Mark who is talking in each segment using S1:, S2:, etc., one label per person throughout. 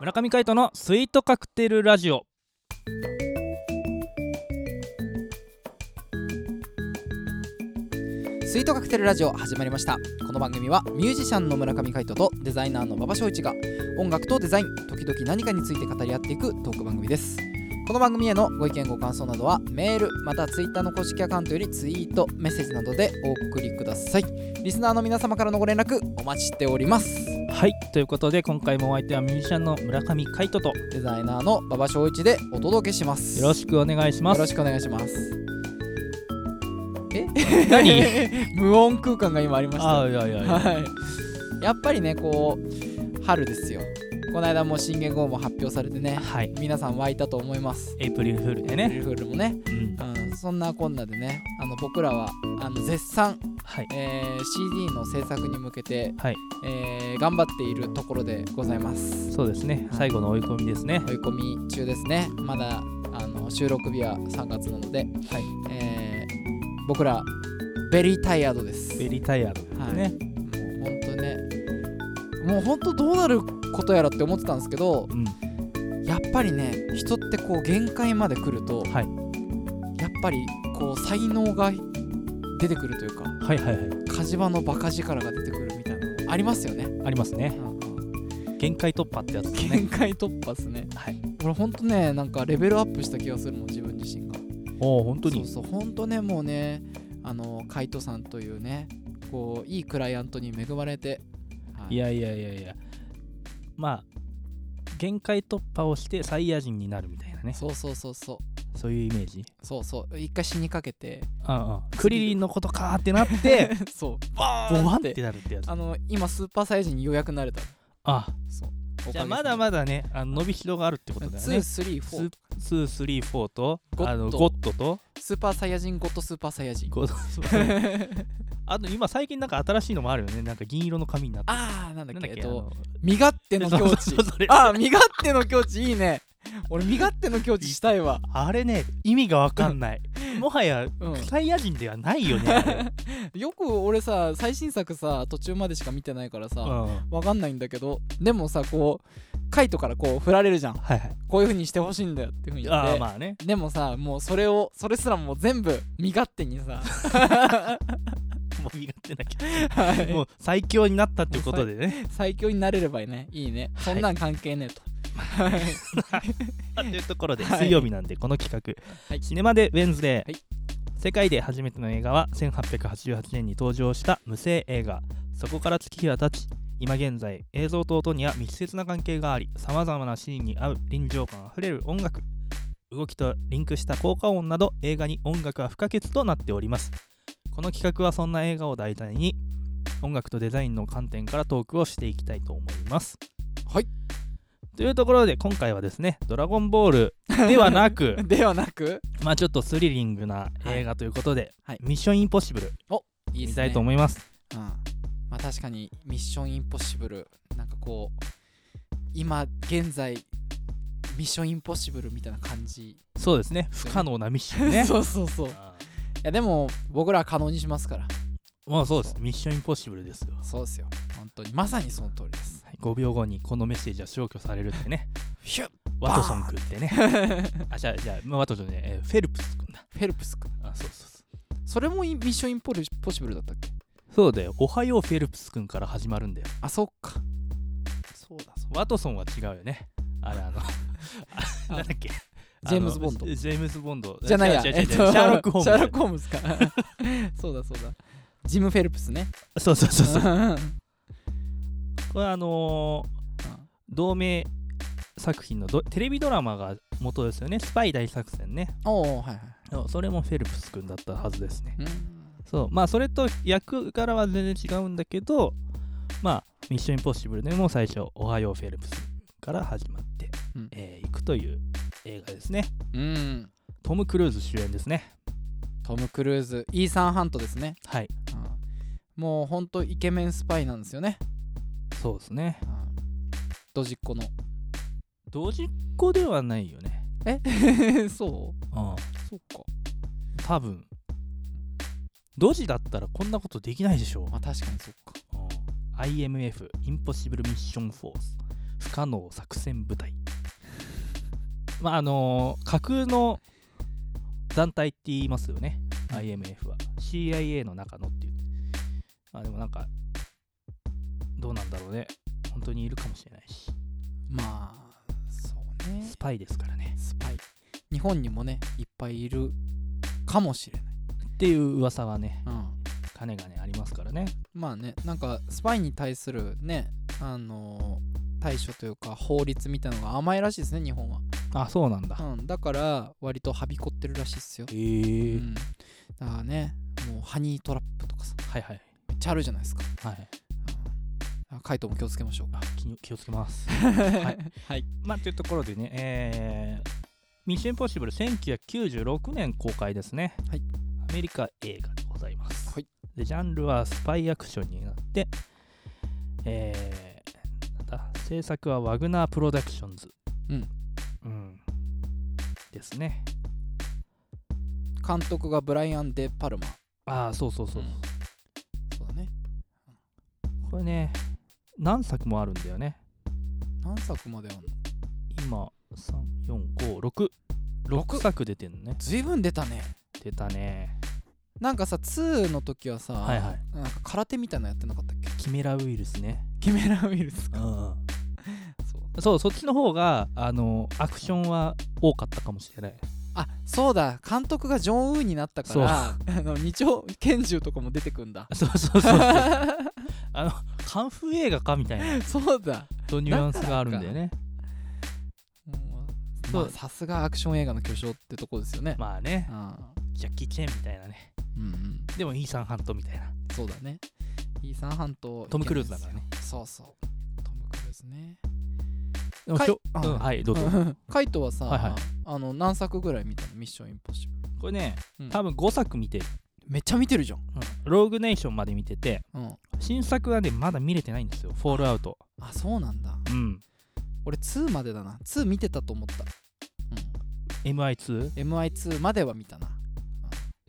S1: 村上海人のスイートカクテルラジオ
S2: スイートカクテルラジオ始まりましたこの番組はミュージシャンの村上海人とデザイナーの馬場翔一が音楽とデザイン時々何かについて語り合っていくトーク番組ですこの番組へのご意見ご感想などはメールまたツイッターの公式アカウントよりツイートメッセージなどでお送りくださいリスナーの皆様からのご連絡お待ちしております
S1: はいということで今回もお相手はミュージシャンの村上海人とよ
S2: デザイナーの馬場翔一でお届けします
S1: ろしくお願いしま
S2: よろし
S1: す
S2: くお願いしますえ
S1: 何
S2: 無音空間が今ありま した
S1: あいやいやいや
S2: はい、やっぱりねこう春ですよこの間もう新元号も発表されてね
S1: はい
S2: 皆さん湧いたと思います
S1: エイプリルフールで
S2: エイプ
S1: ね、
S2: リルフールもね、
S1: うん
S2: うん、そんなこんなでねあの僕らはあの絶賛、
S1: はい
S2: えー CD の制作に向けて、
S1: はい
S2: えー頑張っているところでございます
S1: そうですね
S2: はい
S1: 最後の追い込みですね
S2: 追い込み中ですねまだあの収録日は3月なので、
S1: はい
S2: えー僕らベリータイヤードです
S1: ベリータイヤードですね、
S2: もう本当ねもう本当どうなることやらって思ってたんですけど
S1: うん
S2: やっぱりね人ってこう限界まで来ると、
S1: はい
S2: やっぱりこう才能が出てくるというか
S1: はいはいはい
S2: 火事場のバカ力が出てくるみたいなのありますよね、
S1: ありますね限界突破ってやつですね
S2: 限界突破っすね
S1: はい
S2: 俺ほんとねなんかレベルアップした気がするもん自分自身が
S1: おお本当に
S2: そうそうほんとねもうねあのカイトさんというねこういいクライアントに恵まれて、はい
S1: いやいやいやいやまあ限界突破をしてサイヤ人になるみたいなね
S2: そうそうそうそう
S1: そういうイメージ
S2: そうそう一回死にかけて
S1: うんうんクリリンのことかーってな って
S2: そう
S1: ボワンっ
S2: って
S1: てなるってやつ
S2: あの今スーパーサイヤ人にようやくなれた
S1: あ
S2: そう
S1: じゃあまだまだねあの伸びしろがあるってことだよねス
S2: 234
S1: ー234と
S2: ゴッド
S1: あのゴッドと
S2: スーパーサイヤ人ごとスーパーサイヤ 人
S1: ゴッドそう あと今最近なんか新しいのもあるよねなんか銀色の紙になって
S2: あーなんだ
S1: な
S2: っ
S1: んだ
S2: けえ
S1: っ
S2: っ
S1: けあ
S2: と
S1: の
S2: 身勝手の境
S1: そ
S2: 地
S1: うそうそれ
S2: あー身勝手の境地いいね俺身勝手の境地したいわ
S1: あれね意味がわかんないもはや
S2: うん
S1: サイヤ人ではないよ ねあれ
S2: よく俺さ最新作さ途中までしか見てないから
S1: うん
S2: さ、
S1: は
S2: わかんないんだけどでもさこうカイトからこう振られるじゃん
S1: いはい
S2: こういう風にしてほしいんだよっていう風に言って
S1: ああまあね
S2: でもさもうそれをそれすらもう全部身勝手にさ
S1: もう身勝手なき
S2: は
S1: ゃも
S2: いう
S1: 最強になったってことでね
S2: 最強になれればいいねいいねそんなん関係ねえと、
S1: というところで
S2: はい
S1: 水曜日なんでこの企画
S2: はい
S1: シネマでウェンズデー、
S2: はい
S1: 世界で初めての映画は1888年に登場した無声映画そこから月日は経ち今現在映像と音には密接な関係がありさまざまなシーンに合う臨場感あふれる音楽動きとリンクした効果音など映画に音楽は不可欠となっておりますこの企画はそんな映画を題材に音楽とデザインの観点からトークをしていきたいと思います
S2: はい
S1: というところで今回はですね「ドラゴンボール」ではな く
S2: ではなく
S1: まあちょっとスリリングな映画ということで、
S2: はい
S1: ミッションインポッシブル
S2: いいっ
S1: 見
S2: す
S1: た
S2: ね
S1: いと思います。
S2: うんまあ確かにミッションインポッシブルなんかこう今現在ミッションインポッシブルみたいな感じ、
S1: そうですね、不可能なミッションね。
S2: そうそうそうい
S1: あ
S2: やでも僕らは可能にしますから
S1: ーまあそうです、ミッションインポッシブルですよ。
S2: そうですよ本当にまさにその通りです
S1: はい5秒後にこのメッセージは消去されるってね、
S2: ヒュッ
S1: ワトソン君ってね。あ、じゃあ、じゃあ、まあワトソンね、えーフェルプス君だ。
S2: フェルプス君
S1: あ、そうそうそう。
S2: それもいミッションインポリポッシブルだったっけ
S1: そうだよ、おはようフェルプス君から始まるんだよ。
S2: あそっか
S1: そうだ、ワトソンは違うよね。あれ、あの、あ なんだっけ。
S2: ジェームズボンド
S1: あのジェームズ・ボンド。
S2: じゃないや
S1: 違う違う違う
S2: えっ
S1: シ
S2: と
S1: ャーロック・ホームズ。
S2: シャーロックホームズか そうだそうだジム・フェルプスね
S1: そうそうそうそう。
S2: うん
S1: これあのー
S2: うん
S1: 同名作品のどテレビドラマが元ですよね「スパイ大作戦ね
S2: おおはいはい」
S1: そうそれもフェルプス君だったはずですね
S2: うん
S1: そうまあそれと役柄は全然違うんだけどまあ「ミッションインポッシブル」でも最初「おはようフェルプス」から始まって、
S2: うん
S1: えーいくという映画ですね
S2: うん
S1: トム・クルーズ主演ですね
S2: トム・クルーズイーサン・ハントですね、
S1: はい
S2: うん、もうほんとイケメンスパイなんですよね、
S1: そうですね
S2: うん、ドジっ子の
S1: 同時っ子ではないよね
S2: え そう
S1: うん
S2: そうか
S1: 多分ドジだったらこんなことできないでしょ
S2: まあ確かにそっか
S1: うん IMF インポッシブルミッションフォース不可能作戦部隊 まああのー架空の団体って言いますよね IMF は CIA の中のっていうまあでもなんかどうなんだろうね本当にいるかもしれないし
S2: まあそうね
S1: スパイですからね
S2: スパイ日本にもねいっぱいいるかもしれない、
S1: っていう噂はね
S2: うん、
S1: 金がねありますからね
S2: まあねなんかスパイに対するねあのー対処というか法律みたいなのが甘いらしいですね日本は、
S1: あそうなんだ
S2: うん、だから割とはびこってるらしいっすよ、
S1: へえ
S2: うん、だからねもうハニートラップとかさ
S1: はいはい
S2: めっちゃあるじゃないですか、
S1: はい
S2: うん、カイトも気をつけましょう
S1: あ 気に気をつけます
S2: はい
S1: い、
S2: はい、
S1: まあ、というところでね、えーミッションインポッシブル1996年公開ですね。
S2: はい
S1: アメリカ映画でございます。
S2: はい
S1: で、ジャンルはスパイアクションになって、えーなんだ制作はワグナープロダクションズ。
S2: うん
S1: うんですね。
S2: 監督がブライアン・デ・パルマ
S1: ああ、そうそうそう。
S2: うんそうだね
S1: これね、何作もあるんだよね。
S2: 何作まであんの
S1: 今、3、4、5、6。6作出てんのね。
S2: 随分出たね
S1: 出たね。
S2: なんかさ2の時はさ、
S1: はいはい
S2: なんか空手みたいなのやってなかったっけ
S1: キメラウイルスね。
S2: キメラウイルス
S1: う
S2: か
S1: ん。
S2: そう
S1: そうそっちの方があのアクションは多かったかもしれない
S2: あそうだ監督がジョン・ウーになったからあの二丁拳銃とかも出てくんだ
S1: そうそうそうあのカンフー映画かみたいな
S2: そうだ
S1: とニュアンスがあるんだよね
S2: もう
S1: そう
S2: まあさすがアクション映画の巨匠ってとこですよね、
S1: まあね
S2: あ
S1: ジャッキー・チェンみたいなね
S2: ーうんうん
S1: でもイーサン・ハントみたいな
S2: そうだねイーサン・ハンと
S1: トムクルーズだからね
S2: そうそうトム・クルーズね
S1: でも
S2: かい
S1: ひょ
S2: あ
S1: うんはいどうぞ
S2: カイトはさ、
S1: はいはい
S2: あの何作ぐらい見たのミッション・インポッシブル
S1: これね
S2: うん
S1: 多分5作見てる、
S2: めっちゃ見てるじゃん、
S1: ローグネーションまで見てて
S2: うん、
S1: 新作はねまだ見れてないんですよフォールアウト
S2: あそうなんだ
S1: うん
S2: 俺2までだな2見てたと思った、
S1: MI2
S2: うん、MI2 までは見たな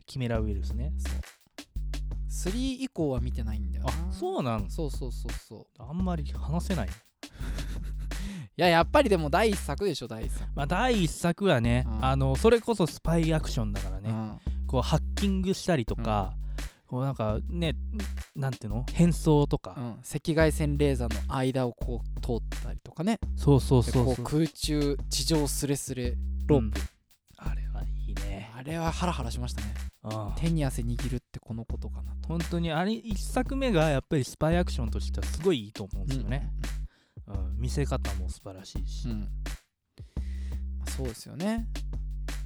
S1: キメラウイルスね
S2: そう3以降は見てないんだよな
S1: あそうなん
S2: そうそうそうそう
S1: あんまり話せない
S2: いややっぱりでも第一作でしょ第一作
S1: まあ第1作はね、
S2: うん
S1: あのそれこそスパイアクションだからね、
S2: うん
S1: こうハッキングしたりとか、こうなんかねなんていうの変装と
S2: う
S1: か、
S2: ん、赤外線レーザーの間をこう通ったりとかね
S1: そうそう
S2: で
S1: そう
S2: こ
S1: そうう
S2: 空中地上すれすれロープ、
S1: あれはいいね、
S2: あれはハラハラしましたね
S1: うん、
S2: 手に汗握るってこのことかなと
S1: 本当にあれ1作目がやっぱりスパイアクションとしてはすごいいいと思うんですよね、うん見せ方も素晴らしいし、
S2: うんうんうんまあそうですよね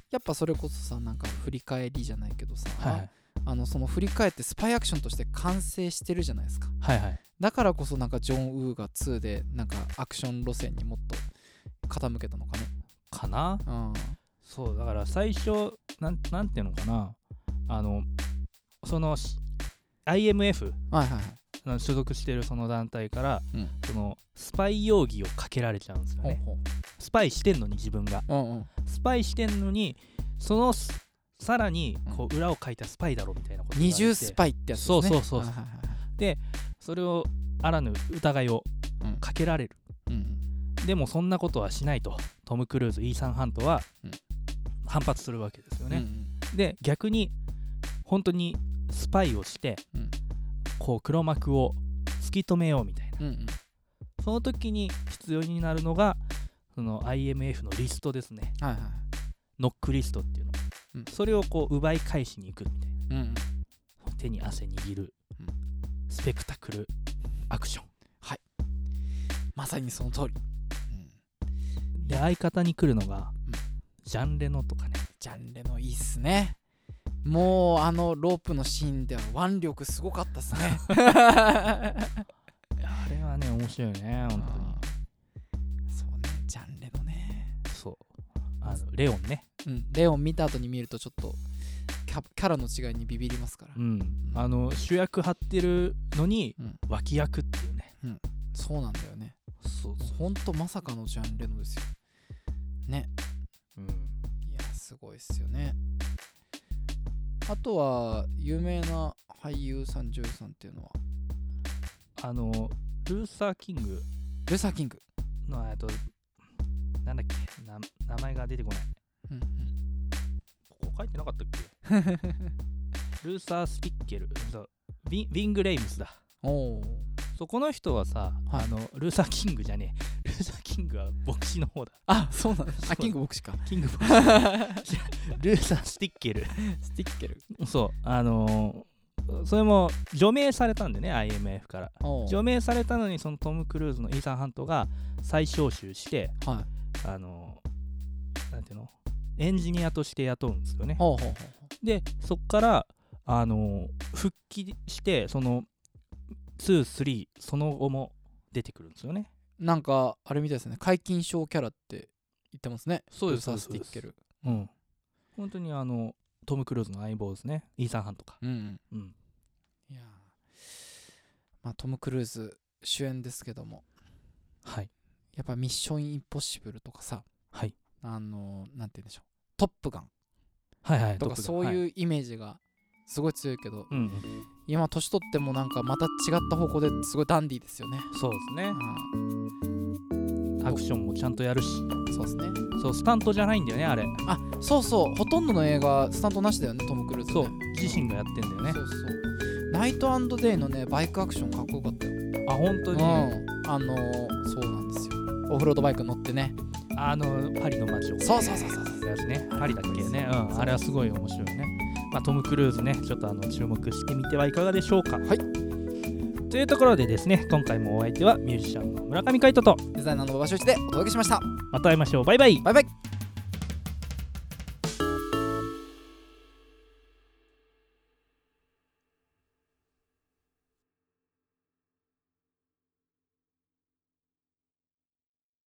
S2: やっぱそれこそさなんか振り返りじゃないけどさ、
S1: はいはい
S2: あのその振り返ってスパイアクションとして完成してるじゃないですか
S1: はいはい
S2: だからこそなんかジョン・ウーが2でなんかアクション路線にもっと傾けたのかね
S1: かな
S2: うん
S1: そうだから最初なんなんていうのかなあのそのし IMF
S2: はいはいはい
S1: あの所属してるその団体から、
S2: うん
S1: そのスパイ容疑をかけられちゃうんですよ
S2: ほう
S1: ね
S2: ほう
S1: スパイしてんのに自分が
S2: うんうん
S1: スパイしてんのにそのすさらにこう裏をかいたスパイだろみたいなこと
S2: 二重スパ
S1: イ
S2: イってやつですね
S1: そうそうそう
S2: はいはいはい
S1: それをあらぬ疑いを
S2: うん
S1: かけられる、
S2: うん
S1: でもそんなことはしないとトム・クルーズイーサン・ハントは
S2: うん
S1: 反発するわけですよ
S2: うんう
S1: ね、
S2: ん
S1: で逆に本当にスパイをして、
S2: うん
S1: こう黒幕を突き止めようみたいな
S2: うんうん
S1: その時に必要になるのがその IMF のリストですね
S2: はいはい
S1: ノックリストっていうの、
S2: うん
S1: それをこう奪い返しに行くみたいな
S2: うんうん
S1: 手に汗握る、
S2: うん
S1: スペクタクルアクション
S2: まさにその通り、うん、
S1: で相方に来るのが、
S2: うん
S1: ジャンレノとかね
S2: ジャンレのいいっすねもうあのロープのシーンでは腕力すごかったっす ね
S1: あれはね面白いね本当に
S2: そうねジャンレのね
S1: そうあのレオンね
S2: うんレオン見た後に見るとちょっとキャキャラの違いにビビりますから、
S1: うんあの主役張ってるのに、
S2: うん
S1: 脇役っていうね
S2: そうなんだよね
S1: そう
S2: もうほんとまさかのジャンレのですよ
S1: う、ん、
S2: いやすごいっすよねあとは有名な俳優さん女優さんっていうのは
S1: あのルーサー・キング
S2: ルーサー・キング、
S1: のえっとなんだっけな名前が出てこない
S2: うん
S1: ここ書いてなかったっ けルーサー・スティッケルそうウィンウィング・レイムスだ
S2: うん、おお
S1: そこの人はさ、
S2: はい
S1: あのルーサー・キングじゃねえ ルーサー・キングは牧師の方だ
S2: あそうなんだ
S1: そう
S2: あキング牧 師か
S1: キング牧師ルーサー・スティッケル
S2: スティッケル
S1: そうあのーそれも除名されたんでね IMF から
S2: おー
S1: 除名されたのにそのトム・クルーズのイーサン・ハントが再招集して
S2: はい
S1: あのーなんていうのエンジニアとして雇うんですよね
S2: ほうほうほうほ
S1: でそっからあのー復帰してその23その後も出てくるんですよね
S2: うなんかあれみたいですね解禁症キャラって言ってますね
S1: そうです
S2: ルーサー・ス
S1: そう
S2: ティ
S1: です
S2: ッケル
S1: うん本当にあのトム・クルーズの相棒ですねイーサン・ハントか
S2: うん、うん、
S1: うん
S2: いやーまあトム・クルーズ主演ですけども
S1: はい
S2: やっぱ「ミッション・インポッシブル」とかさ
S1: はい
S2: あのーなんて言うんでしょう「トップガン
S1: はいはい」
S2: とかそう
S1: う、はい
S2: いうイメージがすごい強いけど、
S1: うんうん
S2: 今年取ってもなんかまた違った方向ですごいダンディーですよね、
S1: そうですね
S2: う
S1: アクションもちゃんとやるし
S2: ん、そうですね
S1: そうスタントじゃないんだよねあれ
S2: あそうそうほとんどの映画スタントなしだよねトム・クルーズ、ね、
S1: そう自身がやってんだよね
S2: そうそうナイトデイのねバイクアクションかっこよかったよ、
S1: あ本当に
S2: うん、あのーそうなんですよオフロードバイク乗ってね
S1: あのパリの街を
S2: そうそうそうそう
S1: やつねパリだっけねう
S2: そうん
S1: あれはすごい面白いねまあトム・クルーズねちょっとあの注目してみてはいかがでしょうかはいというところでですね今回もお相手はミュージシャンの村上海人と
S2: デザイナーの馬場所一でお届けしました
S1: また会いましょうバイバイ
S2: バイバイ